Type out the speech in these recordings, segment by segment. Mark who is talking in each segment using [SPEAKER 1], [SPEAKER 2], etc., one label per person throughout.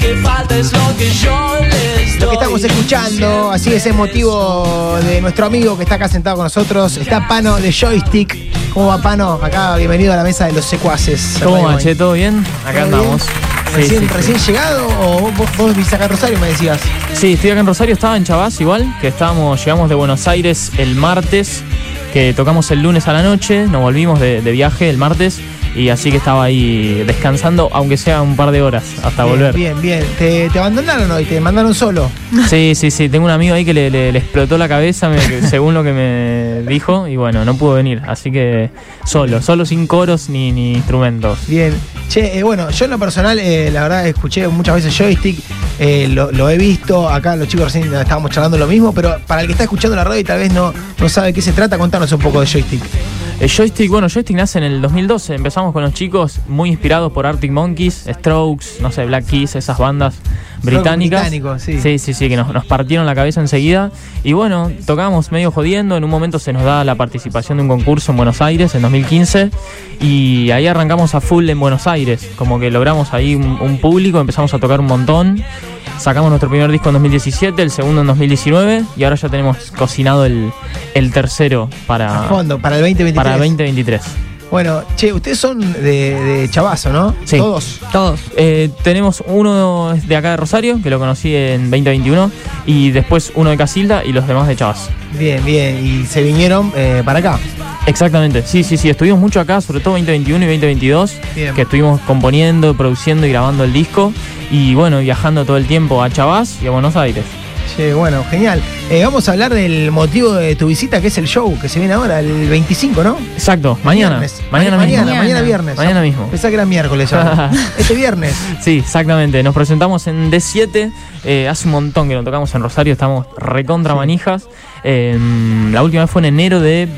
[SPEAKER 1] verdad es lo que yo les doy.
[SPEAKER 2] Lo que estamos escuchando, así es el motivo de nuestro amigo que está acá sentado con nosotros. Está Pano de Joystick. ¿Cómo va Pano? Acá bienvenido a la mesa de los secuaces.
[SPEAKER 3] ¿Cómo va,
[SPEAKER 2] Bueno,
[SPEAKER 3] che? ¿Todo bien? Acá
[SPEAKER 2] ¿todo
[SPEAKER 3] andamos.
[SPEAKER 2] bien?
[SPEAKER 3] Sí,
[SPEAKER 2] ¿Recién,
[SPEAKER 3] sí, sí.
[SPEAKER 2] recién llegado o vos- vos, vos vivís acá en Rosario, me decías?
[SPEAKER 3] Sí, estoy acá en Rosario, estaba en Chavás igual, que estábamos, llegamos de Buenos Aires el martes, que tocamos el lunes a la noche, nos volvimos de, de viaje el martes, y así que estaba ahí descansando, aunque sea un par de horas hasta
[SPEAKER 2] Bien,
[SPEAKER 3] volver.
[SPEAKER 2] Bien, bien. ¿Te, te abandonaron hoy? ¿Te mandaron solo?
[SPEAKER 3] Sí, sí, sí, tengo un amigo ahí que le, le- le explotó la cabeza me- que- según lo que me dijo, y bueno, no pudo venir, así que solo, solo sin coros ni, ni instrumentos.
[SPEAKER 2] Bien. Che, eh, bueno, yo en lo personal, eh, la verdad, escuché muchas veces joystick, eh, lo, lo he visto, acá los chicos recién estábamos charlando lo mismo, pero para el que está escuchando la radio y tal vez no, no sabe de qué se trata, contanos un poco de joystick.
[SPEAKER 3] El Eh, joystick, bueno, joystick nace en el 2012. Empezamos con los chicos muy inspirados por Arctic Monkeys, Strokes, no sé, Black Keys, esas bandas británicas.
[SPEAKER 2] británico, sí.
[SPEAKER 3] sí, sí, sí, que nos, nos partieron la cabeza enseguida. Y bueno, tocábamos medio jodiendo. En un momento se nos da la participación de un concurso en Buenos Aires en 2015. Y ahí arrancamos a full en Buenos Aires. Como que logramos ahí un, un público, empezamos a tocar un montón. Sacamos nuestro primer disco en 2017, el segundo en 2019 y ahora ya tenemos cocinado el, el tercero
[SPEAKER 2] A
[SPEAKER 3] para,
[SPEAKER 2] fondo, para el 2023.
[SPEAKER 3] Ah. para 2023.
[SPEAKER 2] Bueno, che, ustedes son de, de Chavazo, ¿no?
[SPEAKER 3] Sí.
[SPEAKER 2] Todos.
[SPEAKER 3] Todos. Eh, tenemos uno de acá de Rosario, que lo conocí en 2021, y después uno de Casilda y los demás de Chavas.
[SPEAKER 2] Bien, bien. Y se vinieron eh, para acá.
[SPEAKER 3] Exactamente, sí, sí, sí, estuvimos mucho acá, sobre todo 2021 y 2022,
[SPEAKER 2] Bien.
[SPEAKER 3] que estuvimos componiendo, produciendo y grabando el disco, y bueno, viajando todo el tiempo a Chavas y a Buenos Aires.
[SPEAKER 2] Che, bueno, genial. Eh, vamos a hablar del motivo de tu visita, que es el show que se viene ahora, el 25, ¿no?
[SPEAKER 3] Exacto, mañana.
[SPEAKER 2] Viernes.
[SPEAKER 3] Mañana,
[SPEAKER 2] mañana,
[SPEAKER 3] mismo.
[SPEAKER 2] mañana,
[SPEAKER 4] Mañana.
[SPEAKER 2] viernes.
[SPEAKER 3] Mañana mismo.
[SPEAKER 2] Pensaba que era miércoles ya. este viernes.
[SPEAKER 3] Sí, exactamente. Nos presentamos en D7. eh, hace un montón que lo tocamos en Rosario. Estamos recontra manijas. Eh, la última vez fue en enero de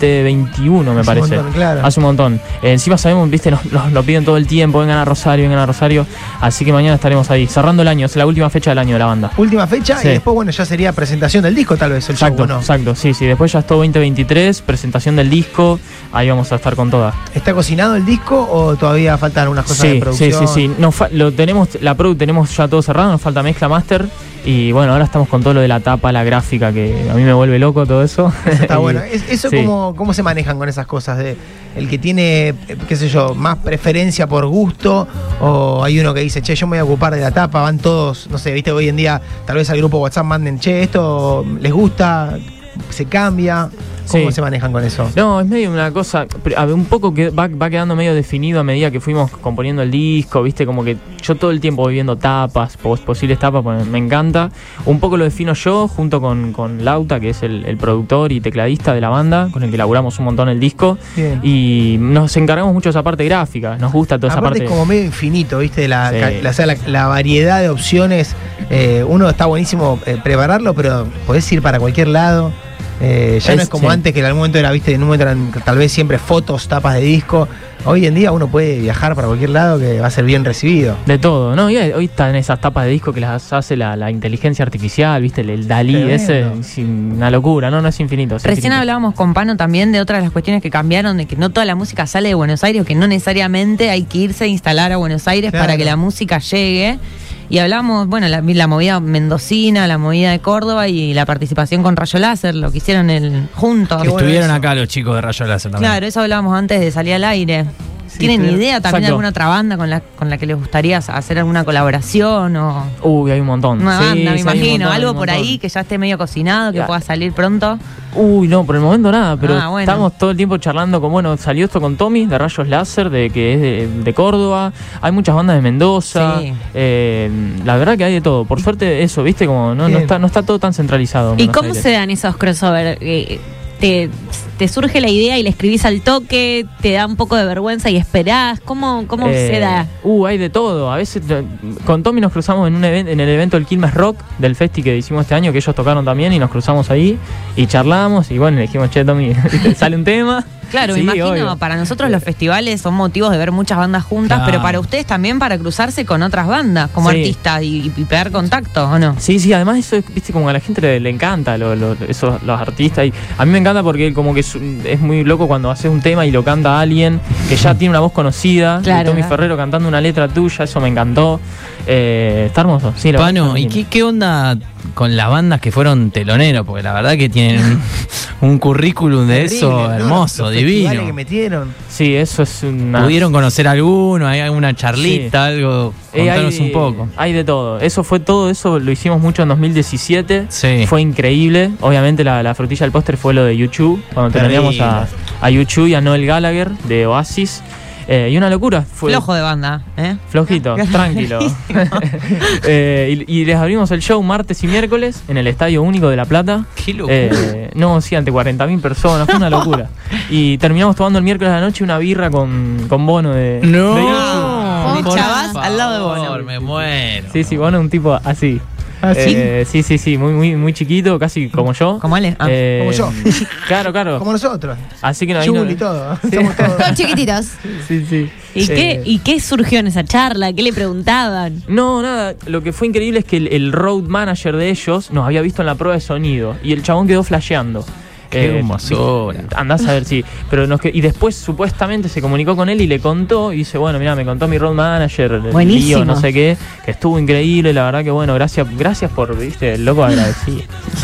[SPEAKER 3] 2021, me
[SPEAKER 2] Hace un
[SPEAKER 3] parece.
[SPEAKER 2] montón, claro.
[SPEAKER 3] Hace un montón. Eh, encima sabemos, viste, nos, nos lo piden todo el tiempo. Vengan a Rosario, vengan a Rosario. Así que mañana estaremos ahí. Cerrando el año. Es la última fecha del año de la banda.
[SPEAKER 2] Última fecha
[SPEAKER 3] Sí.
[SPEAKER 2] y después, bueno, ya sería presentación del disco tal vez, el
[SPEAKER 3] Exacto,
[SPEAKER 2] show, ¿o ¿no?
[SPEAKER 3] exacto. Sí, sí. Después ya es todo 2023. Presentación del disco. Ahí vamos a estar con todas.
[SPEAKER 2] ¿Está cocinado el disco o todavía faltan algunas cosas de
[SPEAKER 3] Sí, sí,
[SPEAKER 2] producción?
[SPEAKER 3] sí, sí. Nos fa- lo tenemos, la Pro tenemos ya todo cerrado, nos falta mezcla master. Y bueno, ahora estamos con todo lo de la tapa, la gráfica, que a mí me vuelve loco todo eso.
[SPEAKER 2] Eso Está
[SPEAKER 3] Y-
[SPEAKER 2] bueno. Es- ¿Eso
[SPEAKER 3] sí.
[SPEAKER 2] cómo, cómo se manejan con esas cosas? De, ¿El que tiene, eh, qué sé yo, más preferencia por gusto? ¿O hay uno que dice, che, yo me voy a ocupar de la tapa? Van todos, no sé, viste, hoy en día tal vez al grupo WhatsApp manden, che, esto les gusta, se cambia. ¿Cómo
[SPEAKER 3] Sí.
[SPEAKER 2] se manejan con eso?
[SPEAKER 3] No, es medio una cosa, pr- a ver, un poco que va, va quedando medio definido a medida que fuimos componiendo el disco, viste, como que yo todo el tiempo voy viendo tapas, pos- posibles tapas, porque me encanta. Un poco lo defino yo, junto con, con Lauta, que es el, el productor y tecladista de la banda, con el que elaboramos un montón el disco.
[SPEAKER 2] Bien.
[SPEAKER 3] Y nos encargamos mucho de esa parte gráfica, nos gusta toda esa
[SPEAKER 2] Aparte
[SPEAKER 3] parte.
[SPEAKER 2] es como medio infinito, ¿viste? La,
[SPEAKER 3] Sí.
[SPEAKER 2] ca- la, o sea, la- la variedad de opciones. eh, uno está buenísimo eh, prepararlo, pero podés ir para cualquier lado. Eh, ya no
[SPEAKER 3] Es-
[SPEAKER 2] es como
[SPEAKER 3] sí.
[SPEAKER 2] antes que en algún momento era, viste, en un momento eran tal vez siempre fotos, tapas de disco. Hoy en día uno puede viajar para cualquier lado que va a ser bien recibido.
[SPEAKER 3] De todo, ¿no? Y hay- hoy están esas tapas de disco que las hace la, la inteligencia artificial, ¿viste? El, el Dalí
[SPEAKER 2] Tremendo.
[SPEAKER 3] ese, es in- una locura, ¿no? No es infinito. es
[SPEAKER 4] Recién
[SPEAKER 3] infinito.
[SPEAKER 4] hablábamos con Pano también de otras de las cuestiones que cambiaron, de que no toda la música sale de Buenos Aires, que no necesariamente hay que irse a instalar a Buenos Aires
[SPEAKER 2] Claro.
[SPEAKER 4] para que la música llegue. Y hablamos, bueno, la, la movida mendocina, la movida de Córdoba y la participación con Rayo Láser, lo que hicieron el, juntos.
[SPEAKER 2] Qué bueno
[SPEAKER 5] Estuvieron
[SPEAKER 2] eso.
[SPEAKER 5] acá los chicos de Rayo Láser también.
[SPEAKER 4] Claro, eso hablábamos antes de salir al aire.
[SPEAKER 2] Sí,
[SPEAKER 4] ¿Tienen
[SPEAKER 2] estuvieron-
[SPEAKER 4] idea también de
[SPEAKER 3] Exacto.
[SPEAKER 4] alguna otra banda con la, con la que les gustaría hacer alguna colaboración o
[SPEAKER 3] Uy, hay un montón.
[SPEAKER 4] una
[SPEAKER 3] Sí,
[SPEAKER 4] banda, me
[SPEAKER 3] sí, hay un
[SPEAKER 4] imagino?
[SPEAKER 3] montón, hay
[SPEAKER 4] algo
[SPEAKER 3] un
[SPEAKER 4] por
[SPEAKER 3] montón.
[SPEAKER 4] ahí que ya esté medio cocinado, que
[SPEAKER 3] Ya.
[SPEAKER 4] pueda salir pronto.
[SPEAKER 3] Uy, no, por el momento nada, pero
[SPEAKER 4] Ah, bueno.
[SPEAKER 3] estamos todo el tiempo charlando con, bueno, salió esto con Tommy de Rayos Láser, de que es de, de Córdoba, hay muchas bandas de Mendoza,
[SPEAKER 4] Sí.
[SPEAKER 3] eh, la verdad que hay de todo, por suerte eso, viste, como no, no
[SPEAKER 2] Bien.
[SPEAKER 3] está, no está todo tan centralizado. en
[SPEAKER 6] ¿Y
[SPEAKER 3] Buenos
[SPEAKER 6] cómo
[SPEAKER 3] Aires.
[SPEAKER 6] se dan esos crossover? Eh, ¿Te, te surge la idea y le escribís al toque? ¿Te da un poco de vergüenza y esperás? ¿Cómo, cómo
[SPEAKER 3] Eh,
[SPEAKER 6] se da?
[SPEAKER 3] Uh, hay de todo. A veces eh, con Tommy nos cruzamos en un even- en el evento del Quilmes Rock del festi que hicimos este año, que ellos tocaron también, y nos cruzamos ahí y charlamos. Y bueno, le dijimos, che, Tommy, ¿viste? sale un tema.
[SPEAKER 4] Claro,
[SPEAKER 3] Sí,
[SPEAKER 4] me imagino,
[SPEAKER 3] obvio. Eh,
[SPEAKER 4] para nosotros los festivales son motivos de ver muchas bandas juntas,
[SPEAKER 3] Claro.
[SPEAKER 4] pero para ustedes también para cruzarse con otras bandas como
[SPEAKER 3] Sí.
[SPEAKER 4] artistas y, y pegar contactos, ¿o no?
[SPEAKER 3] Sí, sí, además eso, es, viste, como a la gente le, le encanta, lo- lo- eso- los artistas. Y a mí me encanta porque como que es, un- es muy loco cuando haces un tema y lo canta alguien que ya tiene una voz conocida.
[SPEAKER 6] Claro,
[SPEAKER 3] y Tommy
[SPEAKER 6] ¿verdad?
[SPEAKER 3] Ferrero cantando una letra tuya, eso me encantó. Eh, está hermoso. Sí, la verdad
[SPEAKER 5] Pano,
[SPEAKER 3] que
[SPEAKER 5] ¿y
[SPEAKER 3] está
[SPEAKER 5] qué, qué onda con las bandas que fueron teloneros? Porque la verdad que tienen un, un currículum de
[SPEAKER 2] Terrible,
[SPEAKER 5] eso
[SPEAKER 2] ¿no?
[SPEAKER 5] hermoso,
[SPEAKER 2] Los festivales que
[SPEAKER 5] divino.
[SPEAKER 2] metieron.
[SPEAKER 3] Sí, eso es una...
[SPEAKER 5] ¿Pudieron conocer alguno? ¿Hay alguna charlita, algo?
[SPEAKER 3] Eh,
[SPEAKER 5] Contanos
[SPEAKER 3] hay-
[SPEAKER 5] un poco.
[SPEAKER 3] Hay de todo. Eso fue todo, eso lo hicimos mucho en 2017.
[SPEAKER 5] Sí.
[SPEAKER 3] Fue increíble. Obviamente la, la frutilla del póster fue lo de YouTube, cuando teníamos a, a YouTube y a Noel Gallagher de Oasis. Eh, y una locura. Fue
[SPEAKER 4] Flojo de banda, ¿eh?
[SPEAKER 3] Flojito, tranquilo. Eh, y, y les abrimos el show martes y miércoles en el Estadio Único de La Plata.
[SPEAKER 5] Qué locura.
[SPEAKER 3] Eh, no, sí, ante 40.000 personas, fue una locura. Y terminamos tomando el miércoles de la noche una birra con, con Bono de... de YouTube.
[SPEAKER 5] No,
[SPEAKER 4] Por Chavas al lado de Bono.
[SPEAKER 5] favor, Me muero.
[SPEAKER 3] Sí, sí, Bono es un tipo así. Eh, sí, sí, sí, muy, muy, muy chiquito, casi como yo.
[SPEAKER 4] Como Ale. Ah,
[SPEAKER 3] Eh,
[SPEAKER 2] como yo.
[SPEAKER 3] Claro, claro.
[SPEAKER 2] Como nosotros.
[SPEAKER 3] Así que no, Oh. ahí no-
[SPEAKER 2] Chul y todo. Somos todos.
[SPEAKER 7] Todos chiquititos.
[SPEAKER 3] Sí, sí.
[SPEAKER 6] ¿Y, qué,
[SPEAKER 3] Eh,
[SPEAKER 6] ¿Y qué surgió en esa charla? ¿Qué le preguntaban?
[SPEAKER 3] No, nada, lo que fue increíble es que el, el road manager de ellos nos había visto en la prueba de sonido y el chabón quedó flasheando.
[SPEAKER 5] Qué
[SPEAKER 3] Eh,
[SPEAKER 5] hermosura.
[SPEAKER 3] Andás a ver si. Pero nos que- y después supuestamente se comunicó con él y le contó. Y dice, bueno, mira, me contó mi road manager,
[SPEAKER 6] Buenísimo.
[SPEAKER 3] Lío, no sé qué, que estuvo increíble, la verdad que bueno, gracias, gracias por, viste, el loco agradecido.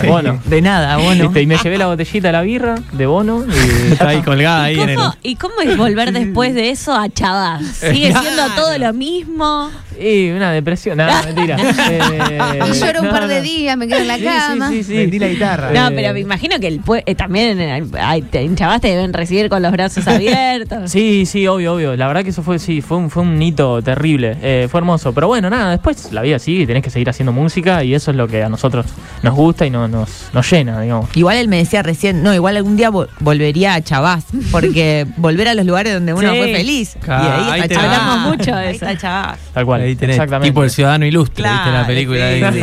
[SPEAKER 3] Bueno.
[SPEAKER 4] De
[SPEAKER 5] Ah,
[SPEAKER 4] nada, bueno.
[SPEAKER 3] viste, Este, y me llevé la botellita de la birra de bono y
[SPEAKER 5] Está ahí colgada ahí en el.
[SPEAKER 6] ¿Cómo- ¿Y cómo es volver después de eso a Chavas? ¿Sigue siendo todo lo mismo?
[SPEAKER 3] Y una depresión, nada, mentira. Eh,
[SPEAKER 7] Y Ah, lloro un
[SPEAKER 3] no,
[SPEAKER 7] par de
[SPEAKER 3] no.
[SPEAKER 7] días, me quedo en la
[SPEAKER 3] Sí,
[SPEAKER 7] cama.
[SPEAKER 3] Sí, sí, sí.
[SPEAKER 2] Vendí la guitarra.
[SPEAKER 3] Eh,
[SPEAKER 6] No, pero me imagino que el pue- eh, también eh, ay, te- en Chavas te deben recibir con los brazos abiertos.
[SPEAKER 3] Sí, sí, obvio, obvio. La verdad que eso fue, sí, fue un, fue un hito terrible. Eh, fue hermoso. Pero bueno, nada, después la vida sigue y tenés que seguir haciendo música y eso es lo que a nosotros nos gusta y no, nos, nos llena, digamos.
[SPEAKER 4] Igual él me decía recién, no, igual algún día vo- volvería a Chavás, porque volver a los lugares donde uno
[SPEAKER 3] Sí.
[SPEAKER 4] fue feliz.
[SPEAKER 5] Claro,
[SPEAKER 4] y ahí,
[SPEAKER 5] ahí
[SPEAKER 4] está
[SPEAKER 5] te
[SPEAKER 4] Chavás.
[SPEAKER 5] va.
[SPEAKER 6] Hablamos mucho de
[SPEAKER 4] Ahí
[SPEAKER 6] eso.
[SPEAKER 4] está Chavás.
[SPEAKER 3] Tal cual.
[SPEAKER 5] Ahí tenés,
[SPEAKER 3] Exactamente.
[SPEAKER 5] tipo el ciudadano ilustre, ¿viste?
[SPEAKER 4] Claro,
[SPEAKER 5] La película
[SPEAKER 4] sí,
[SPEAKER 5] ahí.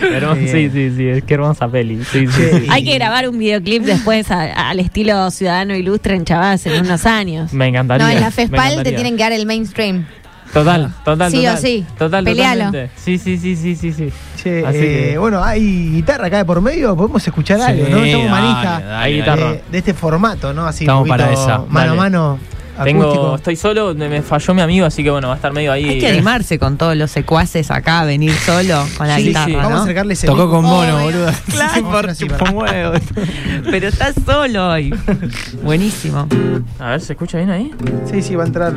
[SPEAKER 4] sí.
[SPEAKER 3] Hermoso, sí, sí, sí, es que hermosa peli. Sí, sí, sí.
[SPEAKER 6] Hay que grabar un videoclip después a- al estilo Ciudadano Ilustre en Chavas en unos años.
[SPEAKER 3] Me encantaría.
[SPEAKER 7] No, en la
[SPEAKER 3] me
[SPEAKER 7] FESPAL te
[SPEAKER 3] encantaría.
[SPEAKER 7] tienen que dar el mainstream.
[SPEAKER 3] Total, total.
[SPEAKER 7] Sí o
[SPEAKER 3] total,
[SPEAKER 7] sí.
[SPEAKER 3] Total,
[SPEAKER 7] Pelealo.
[SPEAKER 3] totalmente. Sí, sí, sí, sí, sí, sí.
[SPEAKER 2] Che,
[SPEAKER 3] Así
[SPEAKER 2] eh,
[SPEAKER 3] que-
[SPEAKER 2] bueno, hay guitarra acá de por medio, podemos escuchar algo, ¿no? Estamos manija
[SPEAKER 3] Ahí
[SPEAKER 5] guitarra.
[SPEAKER 3] dale.
[SPEAKER 2] eh, de este formato, ¿no? Así
[SPEAKER 5] Estamos
[SPEAKER 2] un poquito
[SPEAKER 5] para esa,
[SPEAKER 2] Mano a
[SPEAKER 3] dale.
[SPEAKER 2] mano,
[SPEAKER 3] Tengo,
[SPEAKER 2] acústico.
[SPEAKER 3] estoy solo, me me falló mi amigo, así que bueno, va a estar medio ahí.
[SPEAKER 4] Hay que animarse con todos los secuaces acá, a venir solo con la
[SPEAKER 3] Sí, sí.
[SPEAKER 4] guitarra,
[SPEAKER 3] Vamos
[SPEAKER 4] ¿no?
[SPEAKER 2] Vamos a acercarle ese
[SPEAKER 5] Tocó
[SPEAKER 2] micro.
[SPEAKER 5] con Bono,
[SPEAKER 7] Oh,
[SPEAKER 5] boludo.
[SPEAKER 2] Claro, por
[SPEAKER 4] Pero estás solo hoy. Buenísimo.
[SPEAKER 3] A ver, ¿se escucha bien ahí?
[SPEAKER 2] Sí, sí, va a entrar.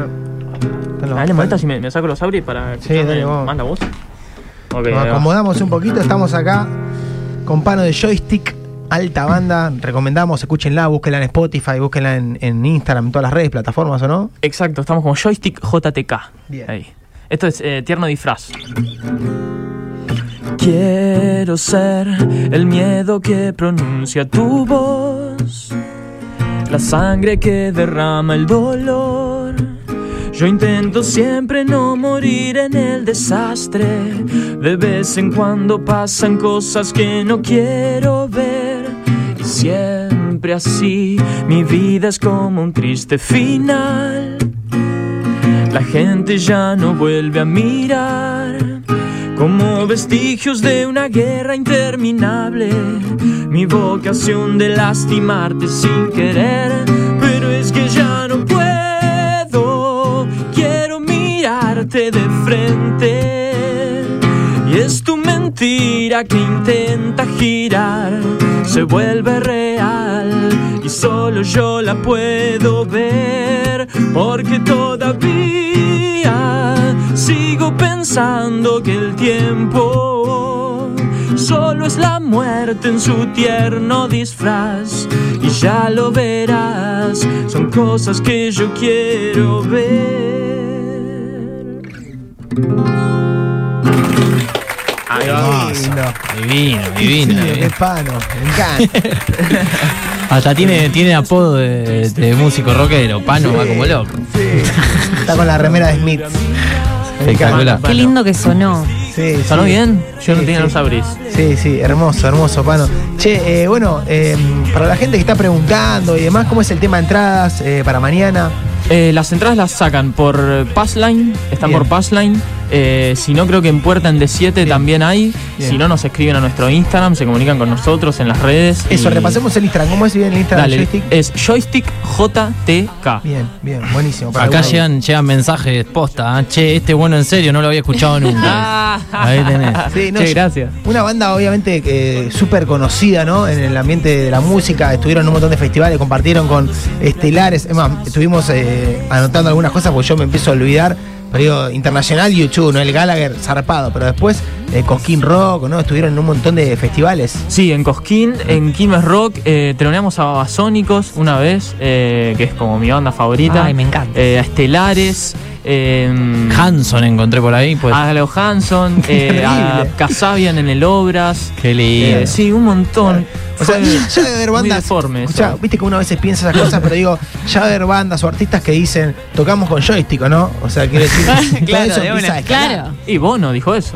[SPEAKER 2] Están los-
[SPEAKER 3] Dale, molesta si me, me saco los auris para escucharme
[SPEAKER 2] dale, vos.
[SPEAKER 3] más la voz. Ok,
[SPEAKER 2] Nos
[SPEAKER 3] ahí va.
[SPEAKER 2] acomodamos un poquito, estamos acá con Pano de Joystick, alta banda, recomendamos, escúchenla, búsquenla en Spotify, búsquenla en, en Instagram, en todas las redes, plataformas o no.
[SPEAKER 3] Exacto, estamos como Joystick JTK.
[SPEAKER 2] Bien.
[SPEAKER 3] Ahí. Esto es eh, tierno disfraz. Quiero ser el miedo que pronuncia tu voz, la sangre que derrama el dolor. Yo intento siempre no morir en el desastre. De vez en cuando pasan cosas que no quiero ver. Y siempre así, mi vida es como un triste final. La gente ya no vuelve a mirar como vestigios de una guerra interminable. Mi vocación de lastimarte sin querer, pero es que ya no puedo. Quiero mirarte de frente. Y es tu mentira que intenta girar, se vuelve real y solo yo la puedo ver porque todavía sigo pensando que el tiempo solo es la muerte en su tierno disfraz y ya lo verás, son cosas que yo quiero ver. Ahí va.
[SPEAKER 5] Divino,
[SPEAKER 2] Sí,
[SPEAKER 5] divino.
[SPEAKER 2] es Pano, me encanta.
[SPEAKER 5] Hasta tiene, tiene apodo de, de músico rockero. Pano va como loco.
[SPEAKER 2] Sí. Está con la remera de Smith.
[SPEAKER 5] Espectacular.
[SPEAKER 4] Qué lindo que sonó.
[SPEAKER 2] Sí,
[SPEAKER 3] ¿Sonó
[SPEAKER 2] sí.
[SPEAKER 3] bien? Yo no
[SPEAKER 2] Sí,
[SPEAKER 3] tenía
[SPEAKER 2] sí.
[SPEAKER 3] los abris.
[SPEAKER 2] Sí, Sí, sí, hermoso, hermoso, Pano. Che, eh, bueno, eh, para la gente que está preguntando y demás, ¿cómo es el tema de entradas eh, para mañana?
[SPEAKER 3] Eh, las entradas las sacan por eh, Passline, están
[SPEAKER 2] Bien.
[SPEAKER 3] por Passline. Eh, si no, creo que en Puerta en D7 también hay.
[SPEAKER 2] Bien.
[SPEAKER 3] Si no, nos escriben a nuestro Instagram, se comunican con nosotros en las redes.
[SPEAKER 2] Eso,
[SPEAKER 3] y-
[SPEAKER 2] repasemos el Instagram. ¿Cómo es bien el Instagram?
[SPEAKER 3] Dale, eh,
[SPEAKER 2] joystick?
[SPEAKER 3] es joystick JTK.
[SPEAKER 2] Bien, bien, buenísimo. Para
[SPEAKER 5] Acá
[SPEAKER 2] alguno-
[SPEAKER 5] llegan, llegan mensajes posta. ¿ah? Che, este bueno en serio, no lo había escuchado nunca. Ahí tenés.
[SPEAKER 2] Sí, no,
[SPEAKER 3] Ah. Che,
[SPEAKER 2] yo-
[SPEAKER 3] gracias.
[SPEAKER 2] Una banda obviamente eh, súper conocida, ¿no? En el ambiente de la música, estuvieron en un montón de festivales, compartieron con estelares, es más, estuvimos eh, anotando algunas cosas porque yo me empiezo a olvidar, pero digo, internacional, YouTube, ¿no? El Gallagher, zarpado, pero después eh, Cosquín Rock, ¿no? Estuvieron en un montón de festivales.
[SPEAKER 3] Sí, en Cosquín, en Quilmes Rock, eh, teloneamos a Babasónicos una vez, eh, que es como mi banda favorita.
[SPEAKER 4] Ay, me encanta.
[SPEAKER 3] Eh, a Estelares. eh,
[SPEAKER 5] Hanson encontré por ahí, pues.
[SPEAKER 3] a Leo Hanson, eh, a
[SPEAKER 2] Terrible.
[SPEAKER 3] Casabian en el Obras.
[SPEAKER 5] Qué lindo.
[SPEAKER 3] Eh, sí, un montón.
[SPEAKER 2] O sea,
[SPEAKER 3] Fue
[SPEAKER 2] ya debe haber
[SPEAKER 3] muy
[SPEAKER 2] bandas.
[SPEAKER 3] deforme eso.
[SPEAKER 2] escuchá, viste que uno a veces piensa esas cosas, pero digo, ya debe haber bandas o artistas que dicen, tocamos con joystick, ¿o no? O sea, quiero decir, todo
[SPEAKER 5] Claro,
[SPEAKER 2] eso
[SPEAKER 5] de
[SPEAKER 2] empieza
[SPEAKER 5] una,
[SPEAKER 2] a escalar.
[SPEAKER 6] Claro.
[SPEAKER 3] Y Bono dijo eso.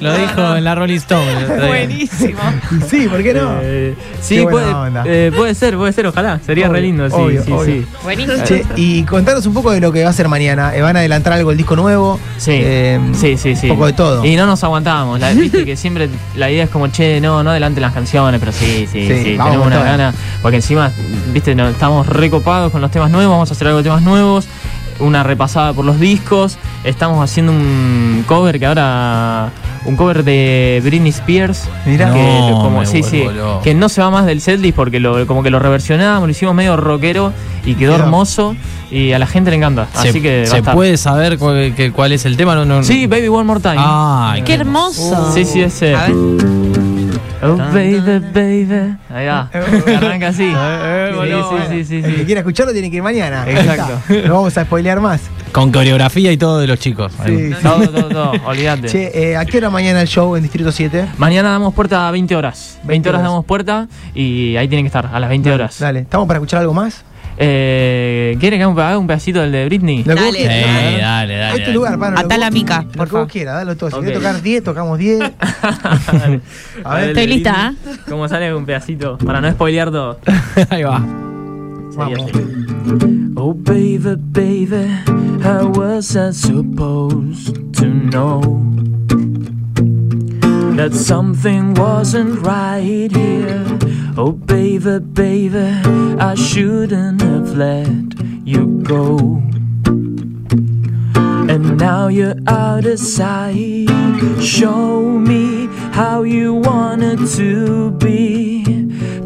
[SPEAKER 5] Lo dijo en la Rolling Stone. ¿eh?
[SPEAKER 6] Buenísimo.
[SPEAKER 2] Sí, ¿por qué no?
[SPEAKER 3] Eh, sí,
[SPEAKER 2] Qué buena onda.
[SPEAKER 3] puede, eh, puede ser, puede ser, ojalá. Sería re
[SPEAKER 2] Obvio,
[SPEAKER 3] lindo, sí,
[SPEAKER 2] obvio,
[SPEAKER 3] sí,
[SPEAKER 2] obvio.
[SPEAKER 3] sí.
[SPEAKER 6] Buenísimo.
[SPEAKER 2] Che, y contanos un poco de lo que va a ser mañana. Eh, van a adelantar algo el disco nuevo.
[SPEAKER 3] Sí,
[SPEAKER 2] Eh,
[SPEAKER 3] sí, sí, sí.
[SPEAKER 2] Un poco de todo.
[SPEAKER 3] Y no nos aguantábamos. La, viste que siempre la idea es como, che, no, no adelante las canciones, pero sí, sí,
[SPEAKER 2] Sí,
[SPEAKER 3] sí.
[SPEAKER 2] vamos
[SPEAKER 3] tenemos
[SPEAKER 2] con
[SPEAKER 3] una
[SPEAKER 2] todo.
[SPEAKER 3] gana. Porque encima, viste, no, estamos recopados con los temas nuevos, vamos a hacer algo de temas nuevos. Una repasada por los discos. Estamos haciendo un cover que ahora. Un cover de Britney Spears.
[SPEAKER 2] Mirá.
[SPEAKER 3] que,
[SPEAKER 5] No,
[SPEAKER 3] como,
[SPEAKER 5] me
[SPEAKER 3] sí, sí,
[SPEAKER 5] vuelvo loco.
[SPEAKER 3] que no se va más del setlist porque lo, como que lo reversionamos, lo hicimos medio rockero y quedó,
[SPEAKER 2] Quedó.
[SPEAKER 3] hermoso. Y a la gente le encanta.
[SPEAKER 5] Se,
[SPEAKER 3] así que va a
[SPEAKER 5] ¿se
[SPEAKER 3] estar.
[SPEAKER 5] puede saber cuál, que- cuál es el tema? No, Ah, no,
[SPEAKER 3] Sí, Baby One More Time.
[SPEAKER 2] Ah.
[SPEAKER 5] Ay,
[SPEAKER 6] Qué hermoso.
[SPEAKER 3] Sí, sí, ese.
[SPEAKER 4] A ver.
[SPEAKER 3] Oh, baby, baby. Ahí va.
[SPEAKER 2] Eh,
[SPEAKER 3] Arranca así. Sí, sí, sí,
[SPEAKER 2] El que
[SPEAKER 3] sí. sí.
[SPEAKER 2] quiera escucharlo tiene que ir mañana. Ahí
[SPEAKER 3] Exacto.
[SPEAKER 2] está. No vamos a spoilear más.
[SPEAKER 5] Con coreografía y todo de los chicos.
[SPEAKER 2] Sí, sí.
[SPEAKER 3] Todo, todo, todo. Olvídate.
[SPEAKER 2] Che, eh, ¿a qué hora mañana el show en Distrito 7?
[SPEAKER 3] Mañana damos puerta a 20 horas.
[SPEAKER 2] 20
[SPEAKER 3] 20 horas
[SPEAKER 2] horas.
[SPEAKER 3] damos puerta y ahí tienen que estar, a las 20 horas.
[SPEAKER 2] Dale, ¿estamos para escuchar algo más?
[SPEAKER 3] Eh, ¿Quiere que haga un- haga un pedacito del de Britney?
[SPEAKER 2] Lo que vos
[SPEAKER 4] Dale.
[SPEAKER 5] Sí,
[SPEAKER 2] quieras.
[SPEAKER 5] dale, dale.
[SPEAKER 2] A este
[SPEAKER 5] dale.
[SPEAKER 2] lugar, para.
[SPEAKER 4] Atá la
[SPEAKER 2] Lo
[SPEAKER 4] mica, por
[SPEAKER 2] que vos
[SPEAKER 4] favor.
[SPEAKER 2] quieras, dalo todo. Si
[SPEAKER 3] Ok.
[SPEAKER 2] querés tocar 10, tocamos 10.
[SPEAKER 3] Dale.
[SPEAKER 2] A ver.
[SPEAKER 6] Estoy lista, ¿eh?
[SPEAKER 3] ¿Cómo sale un pedacito? Para no spoilear todo.
[SPEAKER 5] Ahí va.
[SPEAKER 3] Sería así. Oh, baby, baby, how was I supposed to know that something wasn't right here? Oh, baby, baby, I shouldn't have let you go. And now you're out of sight. Show me how you wanted to be.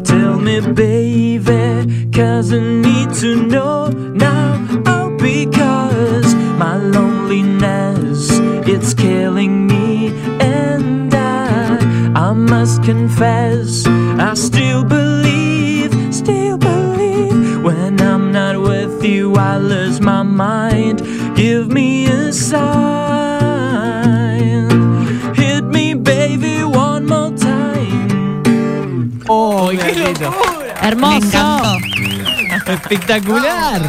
[SPEAKER 3] Tell me, baby, cause I need to know now. Oh, because my loneliness it's killing me, and I, I must confess, I still believe, still believe. When I'm not with you, I lose my mind. Give me a sign, hit me, baby, one more time.
[SPEAKER 5] ¡Oh,
[SPEAKER 4] Me
[SPEAKER 6] hermoso.
[SPEAKER 4] encantó.
[SPEAKER 5] espectacular!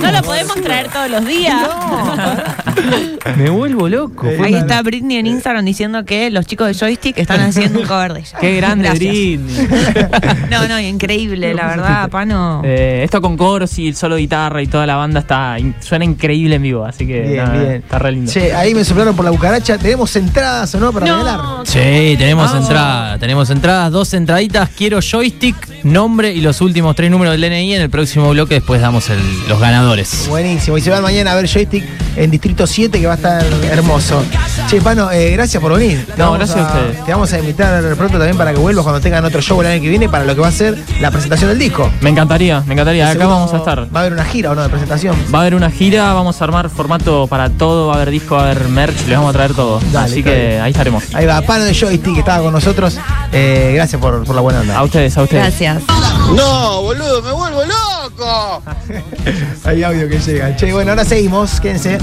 [SPEAKER 6] No lo podemos traer todos los días.
[SPEAKER 5] Me vuelvo loco.
[SPEAKER 4] Ahí está Britney en Instagram diciendo que los chicos de Joystick están haciendo un cover de ella.
[SPEAKER 3] Qué grande
[SPEAKER 4] Gracias.
[SPEAKER 3] Britney.
[SPEAKER 4] No, no, increíble, la verdad, Pano.
[SPEAKER 3] Eh, esto con coros y el solo de guitarra y toda la banda está in- suena increíble en vivo, así que
[SPEAKER 2] Bien,
[SPEAKER 3] nada,
[SPEAKER 2] bien.
[SPEAKER 3] está re lindo.
[SPEAKER 2] Che, ahí me soplaron por la cucaracha. ¿Tenemos entradas o no para regalar?
[SPEAKER 5] Sí, tenemos entradas, tenemos entradas, dos entraditas, quiero joystick, nombre y los últimos tres números del DNI. En el próximo bloque después damos el- los ganadores.
[SPEAKER 2] Buenísimo. Y se van mañana a ver Joystick en Distrito 7, que va a estar hermoso. Che, Pano, eh, gracias por venir. Te
[SPEAKER 3] No,
[SPEAKER 2] vamos
[SPEAKER 3] gracias a ustedes.
[SPEAKER 2] Te vamos a invitar pronto también para que vuelvas cuando tengan otro show el año que viene para lo que va a ser la presentación del disco.
[SPEAKER 3] Me encantaría, me encantaría. Acá
[SPEAKER 2] Seguro
[SPEAKER 3] vamos a estar.
[SPEAKER 2] Va a haber una gira o no de presentación.
[SPEAKER 3] Va a haber una gira, vamos a armar formato para todo, va a haber disco, va a haber merch, les vamos a traer todo.
[SPEAKER 2] Dale,
[SPEAKER 3] así
[SPEAKER 2] está
[SPEAKER 3] que
[SPEAKER 2] bien.
[SPEAKER 3] ahí estaremos.
[SPEAKER 2] Ahí va, Pano de Joystick, que estaba con nosotros. Eh, gracias por, por la buena onda.
[SPEAKER 3] A ustedes, a ustedes.
[SPEAKER 4] Gracias.
[SPEAKER 7] No, boludo, me vuelvo loco.
[SPEAKER 2] Hay audio que llega. Che, bueno, ahora seguimos. Quédense.